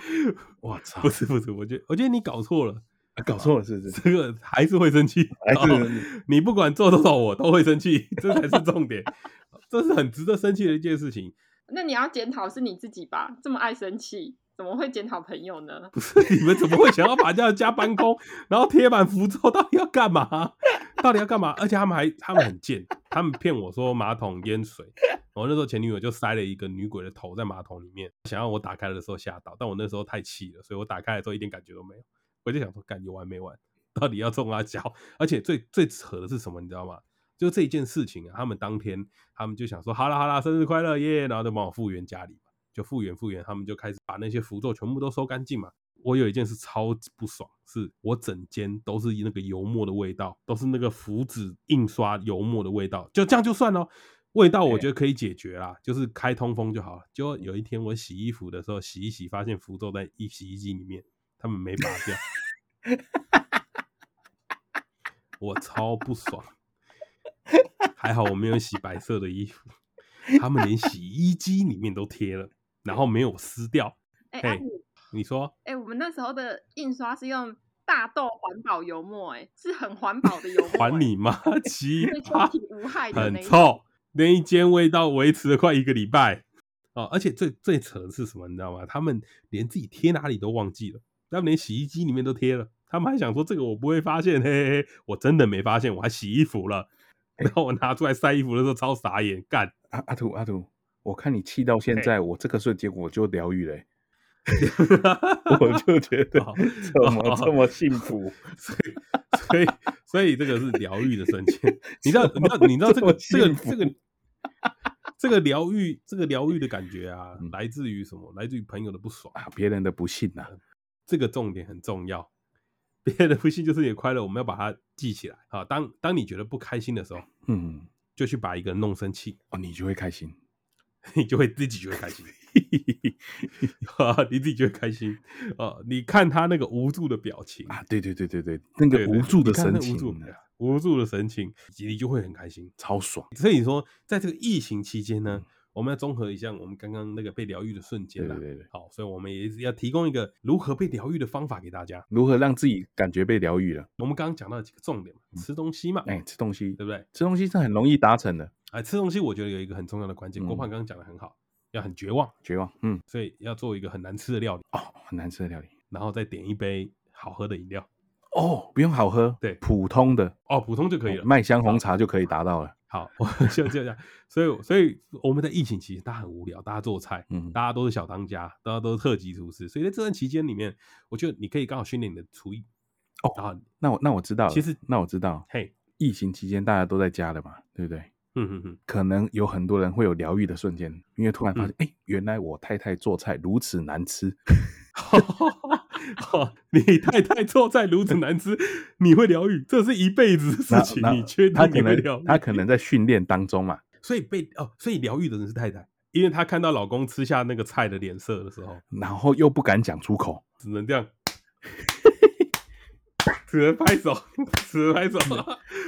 哇操！不是不是，我觉得我觉得你搞错了，啊搞错了是 不是？这个还是会生气， 还是哦你不管做多少我都会生气，这才是重 点，这是很值得生气的一件事情。那你要检讨是你自己吧，这么爱生气，怎么会检讨朋友呢？不是 你们怎么会想要把人家的家搬空， 然后贴满符咒，到底要干嘛？ 到底要干嘛？而且他们还他们很贱，他们骗我说马桶淹水。我那时候前女友就塞了一个女鬼的头在马桶里面，想让我打开的时候吓到，但我那时候太气了，所以我打开的时候一点感觉都没有。我就想说，干有完没完？到底要中阿胶？而且最最扯的是什么，你知道吗？就这一件事情啊，他们当天他们就想说，好啦好啦，生日快乐耶，然后就帮我复原家里嘛，就复原复原，他们就开始把那些符咒全部都收干净嘛。我有一件事超级不爽，是我整间都是那个油墨的味道，都是那个符纸印刷油墨的味道，就这样就算了。味道我觉得可以解决啦，就是开通风就好了。就有一天我洗衣服的时候，洗一洗发现符咒在一洗衣机里面，他们没拔掉，我超不爽。还好我没有洗白色的衣服，他们连洗衣机里面都贴了，然后没有撕掉。哎、嘿阿虎，你说哎、我们那时候的印刷是用大豆环保油墨、哎，是很环保的油墨、哎还你 妈奇对身葩，体无害的那很一种。臭，那一间味道维持了快一个礼拜哦。而且最最扯的是什么，你知道吗？他们连自己贴哪里都忘记了，他们连洗衣机里面都贴了。他们还想说这个我不会发现，嘿嘿嘿，我真的没发现，我还洗衣服了。然后我拿出来晒衣服的时候超傻眼， 干 阿阿土阿土，我看你气到现嘿在，我这个瞬间我就疗愈 了欸、我就觉得哦怎么这么幸 福？所以，所以，所以这个是疗愈的瞬间。你知道，你知道，你知道这这个么这个幸福这个这个疗愈，这个疗愈的感觉啊嗯，来自于什么？来自于朋友的不爽。啊，别人的不幸啊，这个重点很重要。别人的不幸就是你的快乐，我们要把它记起来啊。当当你觉得不开心的时候，嗯，就去把一个人弄生气，哦，你就会开心。你就会自己就会开 心，啊，你自己就会开心啊。你看他那个无助的表情啊，对对对对对，那对个对无助的你看那神情无助啊，无助的神情，你就会很开心。超爽。所以说，在这个疫情期间呢，我们要综合一下我们刚刚那个被疗愈的瞬间啦。嗯对对对对好，所以我们也是要提供一个如何被疗愈的方法给大家。如何让自己感觉被疗愈了？我们刚刚讲到几个重点嘛，吃东西嘛，哎，吃东西，对不对？吃东西是很容易达成的，哎，吃东西我觉得有一个很重要的关键，嗯郭胖刚刚讲的很好，要很绝望，绝望。嗯，所以要做一个很难吃的料理，哦，很难吃的料理。然后再点一杯好喝的饮料，哦，不用好喝，对普通的哦，普通就可以了。麦香红茶就可以达到了。好， 我就这样。所以，所以我们在疫情期间，大家很无聊，大家做菜，嗯大家都是小当家，大家都是特级厨师。所以在这段期间里面，我觉得你可以刚好训练你的厨艺。哦然后，那我那我知道了，其实那我知道，嘿，疫情期间大家都在家了嘛，对不对？嗯嗯 嗯，可能有很多人会有疗愈的瞬间，因为突然发现，哎、原来我太太做菜如此难吃，好，你太太做菜如此难吃，你会疗愈，这是一辈子的那事情，那你确定他 你可会疗能愈？他可能在训练当中嘛，所以被哦，所以疗愈的人是太太，因为她看到老公吃下那个菜的脸色的时候，然后又不敢讲出口，只能这样，只能拍手，只能 拍手。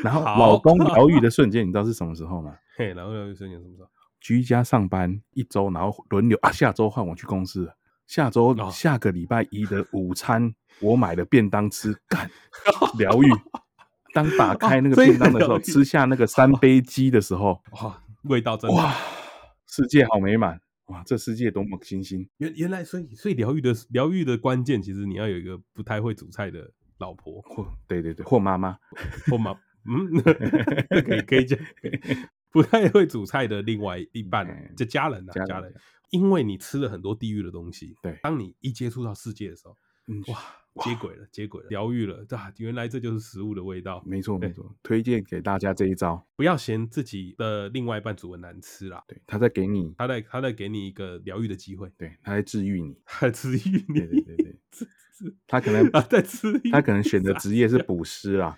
然后好老公疗愈的瞬间，你知道是什么时候吗？嘿，然后疗愈瞬间什么时候？居家上班一周，然后轮流啊，下周换我去公司了，下周、哦下个礼拜一的午餐，我买了便当吃，干疗愈。当打开那个哦这个便当的时候，疗愈吃下那个三杯鸡的时候，哇，哦味道真哇好。，世界好美满，哇，这世界多么清新。原原来，所以所以疗愈的疗愈的关键，其实你要有一个不太会煮菜的老婆或对对对，或妈妈，或妈，嗯， 这可以可以讲， 不太会煮菜的另外一半嗯，就家人啊，家人家人，因为你吃了很多地狱的东西，对当你一接触到世界的时候，嗯，哇，接轨了，接轨了，疗愈了，啊，原来这就是食物的味道。没错对没错，推荐给大家这一招。不要嫌自己的另外一半煮的难吃啦，对，他在给你，他在他在给你一个疗愈的机会，对，他在治愈你。他在治愈你，对对 对对，治治他可能啊，在吃 力，他可能选的职业是捕师啦。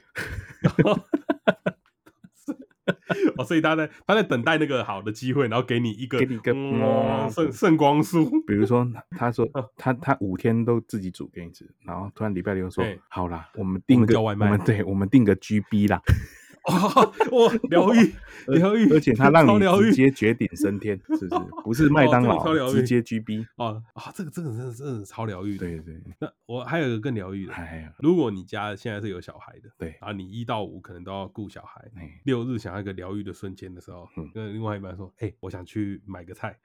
哦，所以他在他在等待那个好的机会，然后给你一个给你一个嗯圣圣光书，比如说， 他说他他五天都自己煮给你吃，然后突然礼拜六说对好啦，我们订个叫外卖我们对我们订个 GB 啦，哦，哇，疗愈 而 疗愈，而且他让超你疗愈直接绝顶升天，是不是？不是麦当 哦劳这个超疗，愈直接 GB。哦啊，这个这个真的真的超疗愈的。对对，对那我还有一个更疗愈的，哎呀，如果你家现在是有小孩的，对然后你一到五可能都要顾小孩，哎，六日想要一个疗愈的瞬间的时候嗯，跟另外一半说：“哎，我想去买个菜，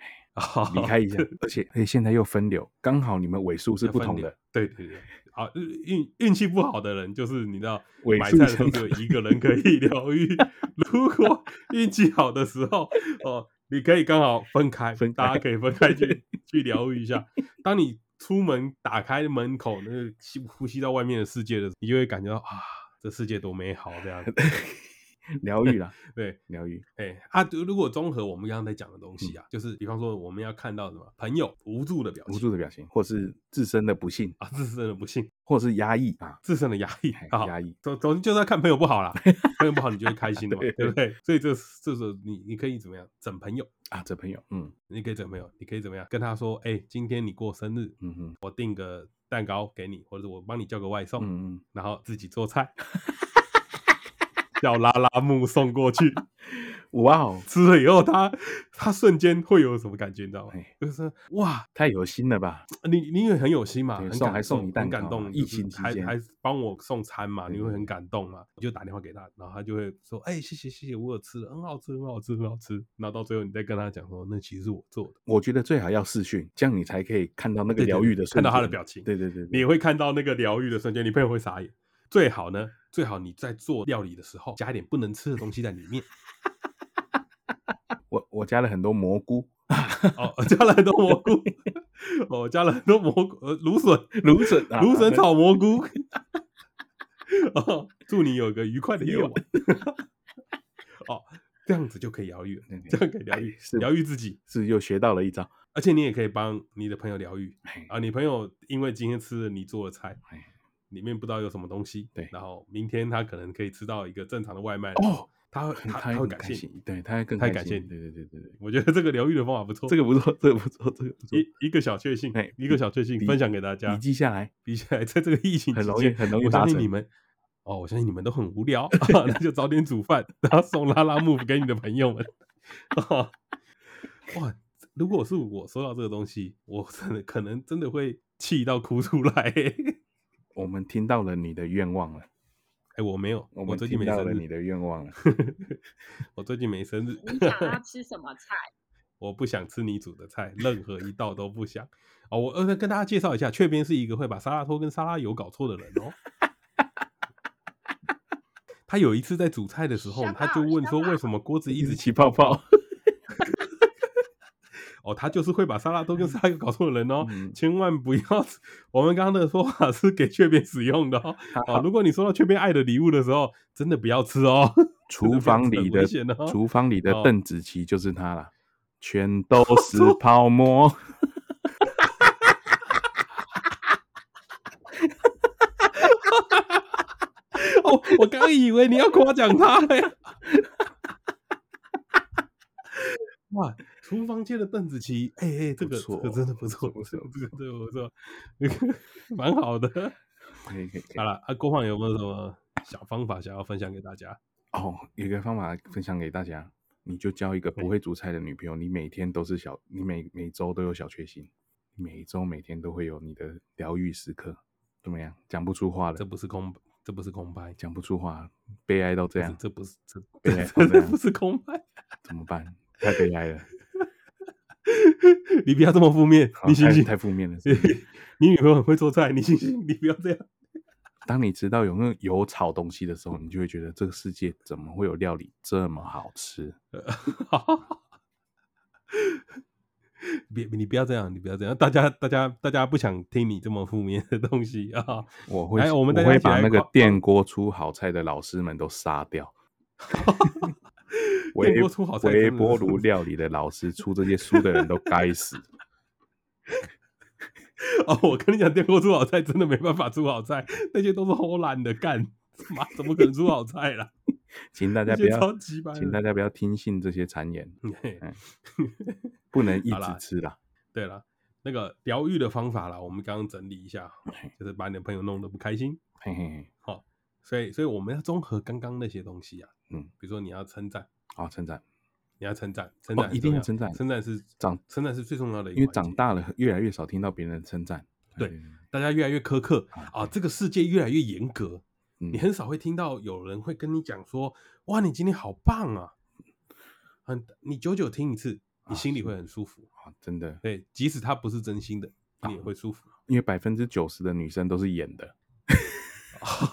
哦离开 一下，而且而且现在又分流，刚好你们尾数是不同 的，。”对对对，啊，运运气不好的人，就是你知道，尾买数菜的时候只成有一个人可以 疗愈。如果运气好的时候，哦，你可以刚好分开，分大家开可以分开去 去疗愈一下。当你出门打开门口，那个吸呼吸到外面的世界的时候，你就会感觉到啊，这世界多美好这样。疗愈啦，对，疗愈，哎啊，如如果综合我们刚刚在讲的东西啊，就是比方说我们要看到什么朋友无助的表嗯无情助的表情，或是自身的不幸，啊，自身的不幸、或是压抑啊，自身的压力哎 啊，压抑，总总之就是要看朋友不好啦，朋友不好你就会开心的嘛， 对对不对？所以这这时候你你可以怎么样整朋友，啊，这朋友，嗯你可以整朋友，你可以怎么样跟他说，哎，今天你过生日，嗯嗯我订个蛋嗯糕给你，或者我帮你叫个外送，嗯嗯，然后自己做菜。 叫拉拉木送过去，哇哦，吃了以后他他瞬间会有什么感觉，你知道吗哎？就是哇，太有心了吧？你你也很有心嘛，对很送感还送你蛋很感糕动嘛，就疫是情期还间还帮我送餐嘛，对你会对很对感动嘛，你就打电话给他，然后他就会说，哎，谢谢谢谢，我有吃了，很好吃，很好吃，很好吃。然后到最后你再跟他讲说，那其实是我做的，我觉得最好要视讯，这样你才可以看到那个对对疗对愈的看瞬间，到他的表情对对对，你对也会看到那个疗愈的瞬间，你朋友会傻眼。最好呢，最好你在做料理的时候加一点不能吃的东西在里面。我我加了很多蘑菇、哦，加了很多蘑菇， 哦，加了很多蘑菇，呃，芦笋，芦笋、啊、芦笋炒蘑菇。 哦，祝你有个愉快的夜晚。 哦，这样子就可以疗愈了，对，对这样可以疗愈哎是，疗愈自己，是又学到了一招。而且你也可以帮你的朋友疗愈哎啊。你朋友因为今天吃了你做的菜哎，里面不知道有什么东西，对然后明天他可能可以吃到一个正常的外卖哦，他会很他他会会很感开谢你，心，对，他会更他会开感谢心你对对对对对，我觉得这个疗愈的方法不错，这个不错，这个不错，这个不错，一一个小确幸哎，一个小确幸笔分享给大家笔。记下来，比起来，在这个疫情很期容易间很容易我达相成信你们哦，我相信你们都很无 聊，那就早点煮饭，然后送拉拉木 给你的朋友们。哦哇，如果是我收到这个东西，我真的可能真的会气到哭出来。 哎、我们听到了你的愿望了，我没有，我我们最近听没到生了你日，的愿望了。 我最近没生日，你想要吃什么菜？我不想吃你煮的菜，任何一道都不想。哦，我呃跟大家介绍一下，雀边是一个会把沙拉托跟沙拉油搞错的人哦。他有一次在煮菜的时候， Shut 他就 up, 问说 shut up 为什么锅子一一直直起起泡泡泡 泡。哦，他就是会把沙拉托跟沙拉油搞错的人哦，嗯千万不要。我们刚刚的说法是给雀边使用的哦。哦，如果你收到雀边爱的礼物的时候，真的不要吃哦。厨房这个非里的常危险哦厨房里的哦邓紫棋就是她了，全都是泡沫。哦， 我刚以为你要夸奖他嘞。 哇，厨房界的邓紫棋，哎、哎、这个这错个真的不错，不错不这个这个不错，这个蛮好的。可以可以可以好了，啊，郭胖有没有什么小方法想要分享给大家？哦，有一个方法分享给大家，你就交一个不会煮菜的女朋友，你每天都是小，你每每周都有小确幸，每周每天都会有你的疗愈时刻，怎么样？讲不出话这了，不是空，这不是空白，讲不出话，悲哀到这样，这不是这悲 哀这到这这不样，是空白。 怎么办？太悲哀了，你不要这么负面，好你醒太醒。太负面了。你女朋友很会做菜，你醒醒，你不要这样。 当你知道有那种有炒东西的时候，你就会觉得这个世界怎么会有料理这么好吃？ 别，你不要这样，你不要这样，大家，大家，大家不想听你这么负面的东西啊！我会，来我我们大家会一起把来嗯那个夸电锅出好菜的老师们都杀掉。电 微锅出好菜真的微是波炉料理的老师出这些书的人都该死。 哦，我跟你讲，电锅出好菜真的没办法出好菜，那些都是偷懒的干，妈怎么可能出好菜啦？请大那家不些超要，级班。请大家嗯不要听信这些谗言，嘿不能一好啦直吃啦。对了，那个疗愈的方法啦，我们刚刚整理一下，就是把你的朋友弄得不开心，嘿嘿嘿，所以，所以我们要综合刚刚那些东西啊，嗯，比如说你要称赞，好称赞，你要称赞，称哦赞很一定重要称赞称赞是长称赞是最重要的一个因为环长节大了越来越少听到别人的称赞。对哎，大家越来越苛刻啊啊，这个世界越来越严格，嗯你很少会听到有人会跟你讲说：“哇，你今天好棒啊！”很，你久久听一次，你啊心里是会很舒服。啊，真的，对，即使他不是真心的，啊你也会舒服。因为百分之九十的女生都是 演的。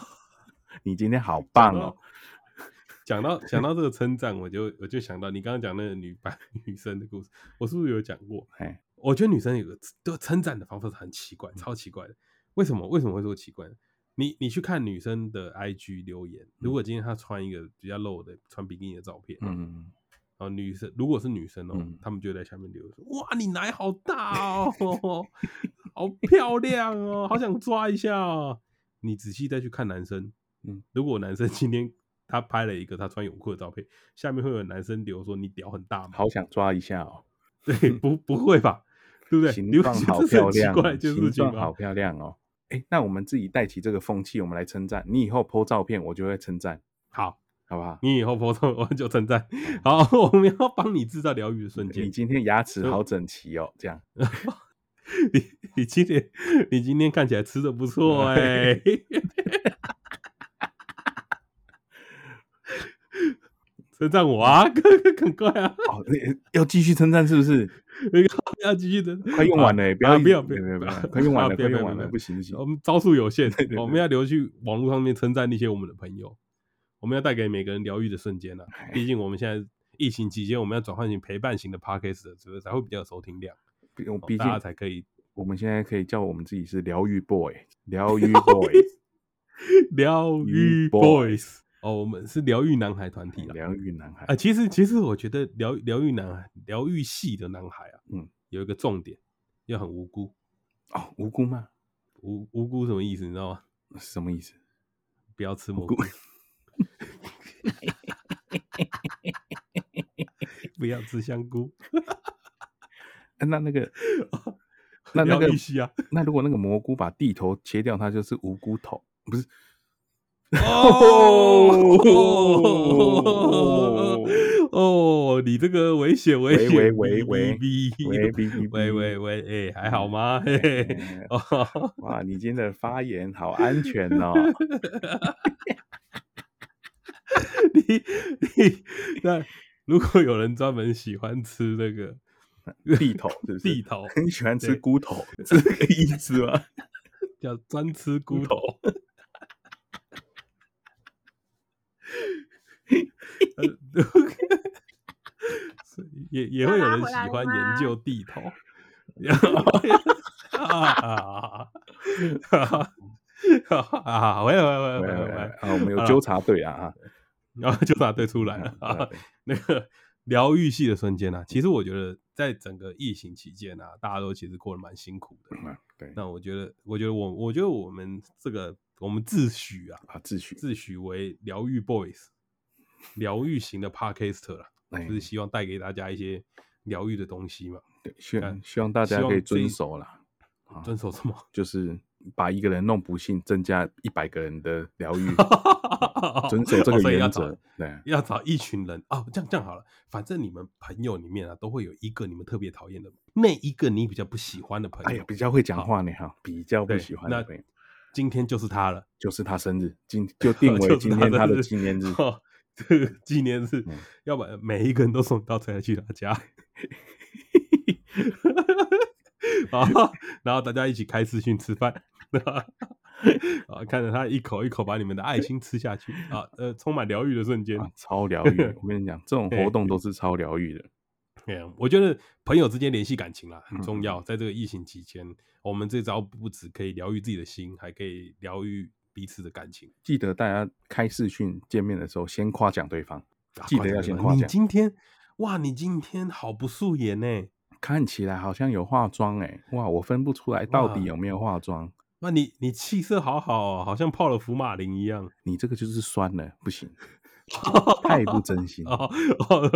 你今天好棒哦！讲到讲到这个称赞，我就我就想到你刚刚讲那个女白 女生的故事，我是不是有讲过？哎，我觉得女生有个都称赞的方式很奇怪，超奇怪的。为什么？为什么会说奇怪呢？你你去看女生的 IG 留言，如果今天她穿一个比较露的穿比基尼的照片，然嗯，后呃女生如果是女生哦嗯，她们就在下面留言说：“哇，你奶好大哦， 好漂亮哦，好想抓一下哦。”你仔细再去看男生，嗯，如果男生今天他拍了一个他穿泳裤的照片，下面会有男生留说：“你屌很大吗？”好想抓一下哦，对，不不会吧？对不对？形你会状觉得好这是漂很奇亮怪哦，一件事形情状吗好？漂亮哦。哎，那我们自己带起这个风气，我们来称赞你。以后 po 照片，我就会称赞。好，好不好？你以后 po 上我就称赞。好，我们要帮你制造疗愈的瞬你间。今天牙齿好整齐哦，这样你 你今天你今天看起来吃的不错哎、称赞我啊， 赶赶快啊！哦，诶要继续称赞是不是？那个要继续的，快用完了、欸不要啊一不要不不要要不 要，啊快用完了，啊不快要不要哦用完不了，要不行不行我，们招数有限对对，我们要留去网络上面称赞那些我们的朋友，我们要带给每个人疗愈的瞬间啊。哎毕竟我们现在疫情期间，我们要转换成陪伴型的 podcast，所以才会比较有收听量，毕我哦毕竟大家才可以我们现在可以叫我们自己是疗愈 boy，疗愈 boy，疗愈 boys boys 哦，我们是疗愈男孩团体啦。疗愈男孩啊，，其实其实我觉得疗疗愈男孩、疗愈系的男孩啊，嗯，有一个重点，要很无辜。哦，无辜吗？无无辜什么意思？你知道吗？是什么意思？不要吃蘑菇。不要吃香菇，啊那那个，那那个疗愈系啊！那如果那个蘑菇把地头切掉，它就是无辜头，不是？ 哦哦，你这个危险危险！喂喂喂喂喂哔哔哔喂喂喂，哎，还好吗？嘿嘿，哎哦，哇，你今天的发言好安全 哦！你你那如果有人专门喜欢吃那个地头是不是？地头，很喜欢吃对菇头，是这个意思吗？叫专吃菇头。呃所以也也会有人喜欢研究地头，啊啊！回来回来喂回来 喂回喂来，啊，我们有纠察队啊啊！然后就答对出来了啊啊 对！那个疗愈系的瞬间啊，其实我觉得在整个疫情期间啊，大家都其实过得蛮辛苦的。嗯对那我觉得，我觉得我，我觉得我们这个，我们自诩啊，啊，秩序，自诩为疗愈 boys，疗愈型的 podcaster 啦，哎就是希望带给大家一些疗愈的东西嘛。对，希望看希望大家啊希望可以这一遵守啦，啊遵守什么？ 就是把一个人弄不幸，增加一百个人的 疗愈，遵守这哦个所以要原找则。对，要找一群人哦，这样这样好了，反正你们朋友里面啊，都会有一个你们特别讨厌的，那一个你比较不喜欢的朋哎友呀，，比较会讲好话呢哈，比较不对喜欢那的朋友今天就是他了，就是他生日，今就 定为就是今天他他的日纪念日。 啊哦这个纪念日嗯，要把每一个人都送到才去他 家，啊，然后大家一起开视讯吃饭， 啊，看着他一口一口把你们的爱心吃下去，啊，呃，充满疗愈的瞬间。啊，超疗愈！ 我跟你讲，这种活对动都是超疗愈的。嗯，我觉得朋友之间联系感情啦很重嗯要，在这个疫情期间，我们这招不只可以疗愈自己的心，还可以疗愈彼此的感情。记得大家开视讯见面的时候，先夸奖对方，啊记得夸奖要对先方夸你奖今天哇，你今天好不素颜呢、看起来好像有化妆哎、哇，我分不出来到底哇有没有化妆。那你你气色好好哦，好像泡了福马林一样。你这个就是酸了，不行， 太不真心，哦哦，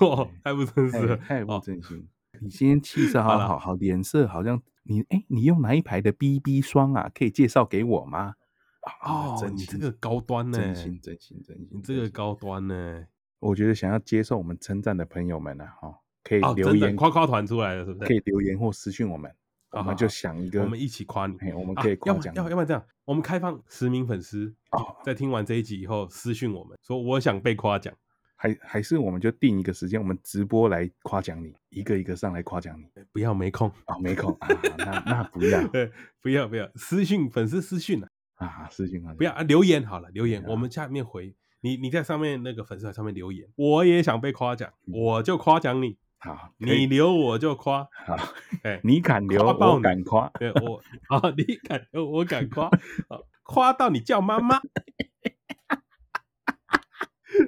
哇，太不真实太了，太不哦真心。你今天气色好好啦好好，脸色好像你哎、你用哪一排的 BB 霜啊？可以介绍给我吗？啊哦，真你心这个高端呢、真心真心真心，你这个真心高端呢、我觉得想要接受我们称赞的朋友们啊，哦，可以哦，留真的言，夸夸团出来了，是不可是？以留言或私讯我们，好我好们就好想一个，我们一起夸你。嘿，我们啊可以要夸不然奖你，要要不然这样，我们开放十名粉丝，哦，在听完这一集以后私讯我们说我想被夸奖，还还是我们就定一个时间，我们直播来夸奖你，一个一个上来夸奖你。不要没空，哦，没空啊，那那不 要对，不要不要私讯粉丝私讯啊，啊，事情啊，不要啊留言好了，留言对啊我们下面回你，你在上面那个粉丝团上面留言，我也想被夸奖，我就夸奖你，好，嗯可以你留我就夸，好，哎，你敢留，夸爆我你敢夸，对我 啊，你敢留我敢夸，啊夸到你叫妈妈。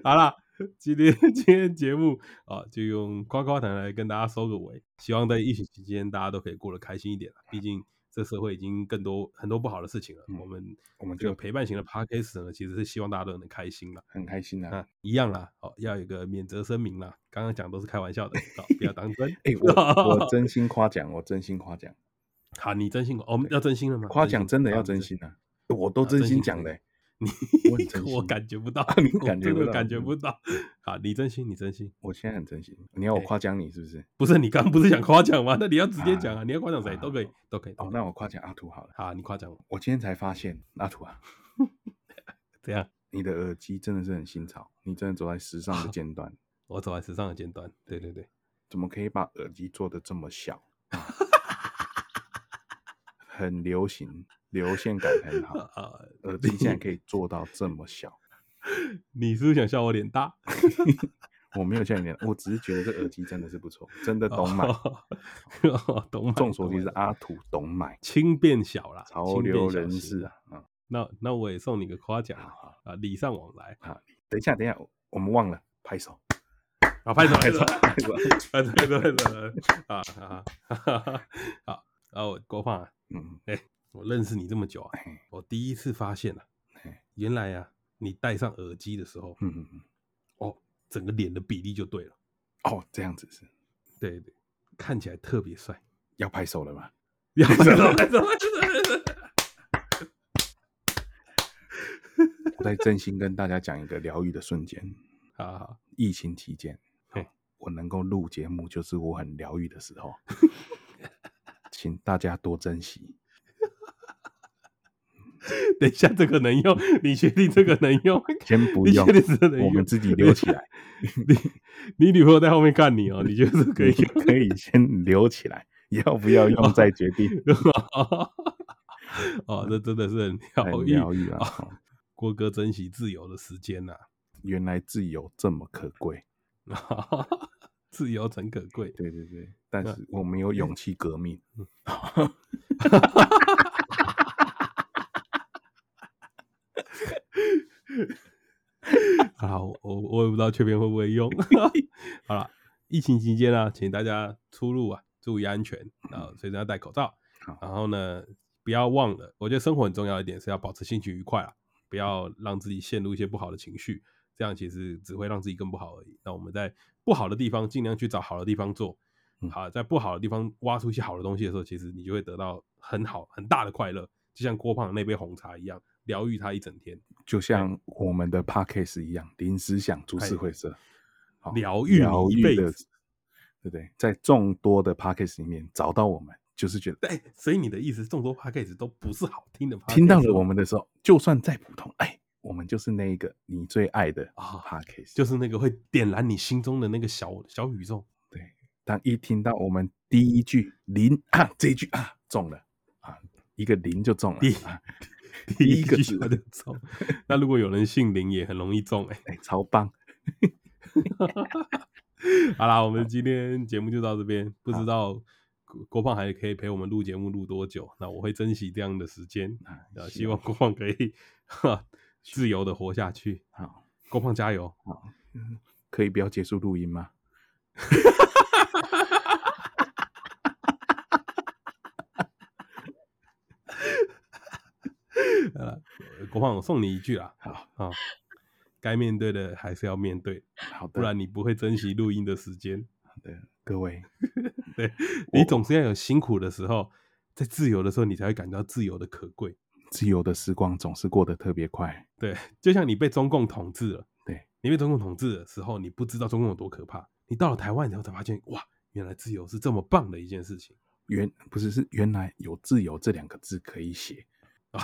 好啦，今天今天节目啊，就用夸夸谈来跟大家收个尾。希望在疫情期间，大家都可以过得开心一点啦毕竟这社会已经更多很多不好的事情了。嗯我们我们这个就陪伴型的 podcast 呢，其实是希望大家都能开心啦。很开心啊。啊，一样啦，哦，要有一个免责声明啦。刚刚讲都是开玩笑的，好不要当真。 哎，我 我真心夸奖，我真心夸奖，好，你真心，我们要真心了吗？夸奖真的要好你真心啊，我都啊真真心心讲真的欸，你 我很真心啊我感觉不到，你我感觉真不的到感觉不到。好，你真心，你真心，我现在很真心。你要我哎夸奖你是不是？不是你刚刚不是想夸奖吗？那你要直接讲啊，啊你要夸奖谁啊都可以，都可以。哦，都可以那我夸奖阿土好了。好，你夸奖我，我今天才发现，阿土啊，这样你的耳机真的是很新潮，你真的走在时尚的尖端，我走在时尚的尖端。对对对，怎么可以把耳机做的这么小？啊很流行，流线感 很好，啊，耳机现在可以做到这么小。你是不是想笑我脸大？我没有叫你脸，我只是觉得这耳机真的是不错，真的懂 买。哦，懂买。众所周懂知，买阿土懂买，轻便小啦，潮啊轻便流小人型士。啊。嗯，那那我也送你个夸奖好啊，好啊礼尚往来好，等一下，等一下，我我们忘了拍手，啊，拍手拍拍手手。，拍手。啊，对对对对对啊啊啊！好啊，我郭胖啊，嗯，我认识你这么久啊，哎我第一次发现啊，哎原来啊，你戴上耳机的时候，嗯嗯嗯，哦，整个脸的比例就对了，哦，这样子是对对，看起来特别帅。要拍手了吗？要拍手拍 手拍手拍手！我在真心跟大家讲一个疗愈的瞬间。好好，疫情期间嘿，我能够录节目，就是我很疗愈的 时候，请大家多珍惜。等一下这个能用，你确定这个能用？先 不你用确，定这个能用？我们自己留起 来，你女朋友在后面看你哦，你觉得这可以用？可以先留起来，要不要用再决定。 哦，这真的是很很疗愈。疗愈啊！哦哦郭哥珍惜自由的时间呐、 原来自由这么可贵，自由诚可贵。对对对，但是我没有嗯勇气革命。好，我我也不知道缺边会不会 用。好了，疫情期间啊，请大家出入啊注意安全，然后随身要戴口罩 好。然后呢，不要忘了，我觉得生活很重要一点是要保持心情愉快啊，不要让自己陷入一些不好的情绪，这样其实只会让自己更不好而已。那我们在不好的地方尽量去找好的地方做嗯，好，在不好的地方挖出一些好的东西的时候，其实你就会得到很好很大的快乐，就像郭胖那杯红茶一样，疗愈他一整天。就像我们的 podcast 一样，临时想株式会社，好哎疗愈疗你一愈辈的，子对不对？在众多的 podcast 里面找到我们，就是觉得对，哎所以你的意思，众多 podcast 都不是好听的 podcast， 听到了我们的时候，就算再普通，哎，我们就是那一个你最爱的啊 podcast。就是那个会点燃你心中的那个小小宇宙。当一听到我们第一句零啊这一句啊中了啊，一个零就中了第，啊第一个句字我就中。 那如果有人姓林，也很容易中哎、哎，超棒！好啦，我们今天节目就到这边，不知道郭郭胖还可以陪我们录节目录多久？那我会珍惜这样的时间， 啊呃，希望郭胖可以哈自由的活下去。好，郭胖加油！嗯可以不要结束录音吗？呃，郭胖，我送你一句啦好，啊，该面对的还是要面对，好的，不然你不会珍惜录音的时间。好的，各位，你总是要有辛苦的时候，在自由的时候，你才会感到自由的可贵。自由的时光总是过得特别快。对， 就像你被中共统治了，对你被中共统治的时候，你不知道中共有多可怕。你到了台湾以后才发现，哇，原来自由是这么棒的一件事情。 原不是是原来有自由这两个字可以写，啊，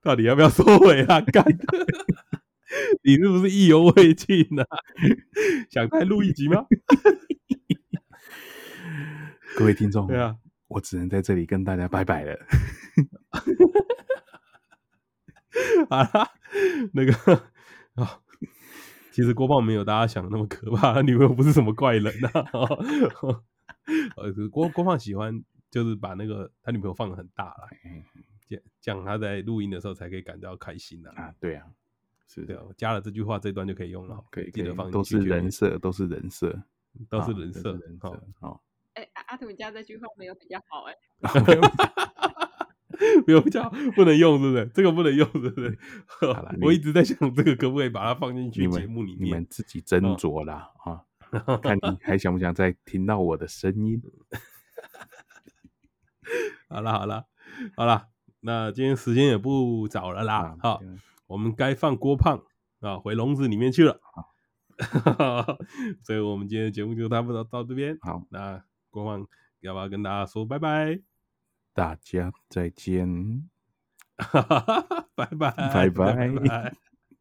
到底要不要收尾啊？ 干，你是不是意犹未尽呢、啊？ 想再录一集吗？ 各位听众，对啊，我只能在这里跟大家拜拜了。 好啦，啊那个啊、其实郭胖没有大家想的那么可怕，他女朋友不是什么怪人呐、啊。 呃，郭郭胖喜欢就是把那个他女朋友放的很大啦，嗯这样这样他在录音的时候才可以感到开心呐、啊。啊，对啊，是对的，啊，我加了这句话，这段就可以用了。可以，记可得以放进都去是就可以人设，都是人设， 都是啊人设都是人好设。好，哎、阿阿土，你加这句话没有比较好哎、没有叫 不能用，是不是？这个不能用，是不是？ 好啦 我你一直在想这个可不可以把它放进去你节们目里 你面们。自己斟酌啦 啊，看你还想不想再听到我的声音？好了好了好了，那今天时间也不早了啦啊，哈、对我们该放郭胖啊回笼子里面去了。 所以我们今天的节目就差不多到这边。好，那郭胖要不要跟大家说拜拜？ 大家再见。拜拜，拜拜拜拜。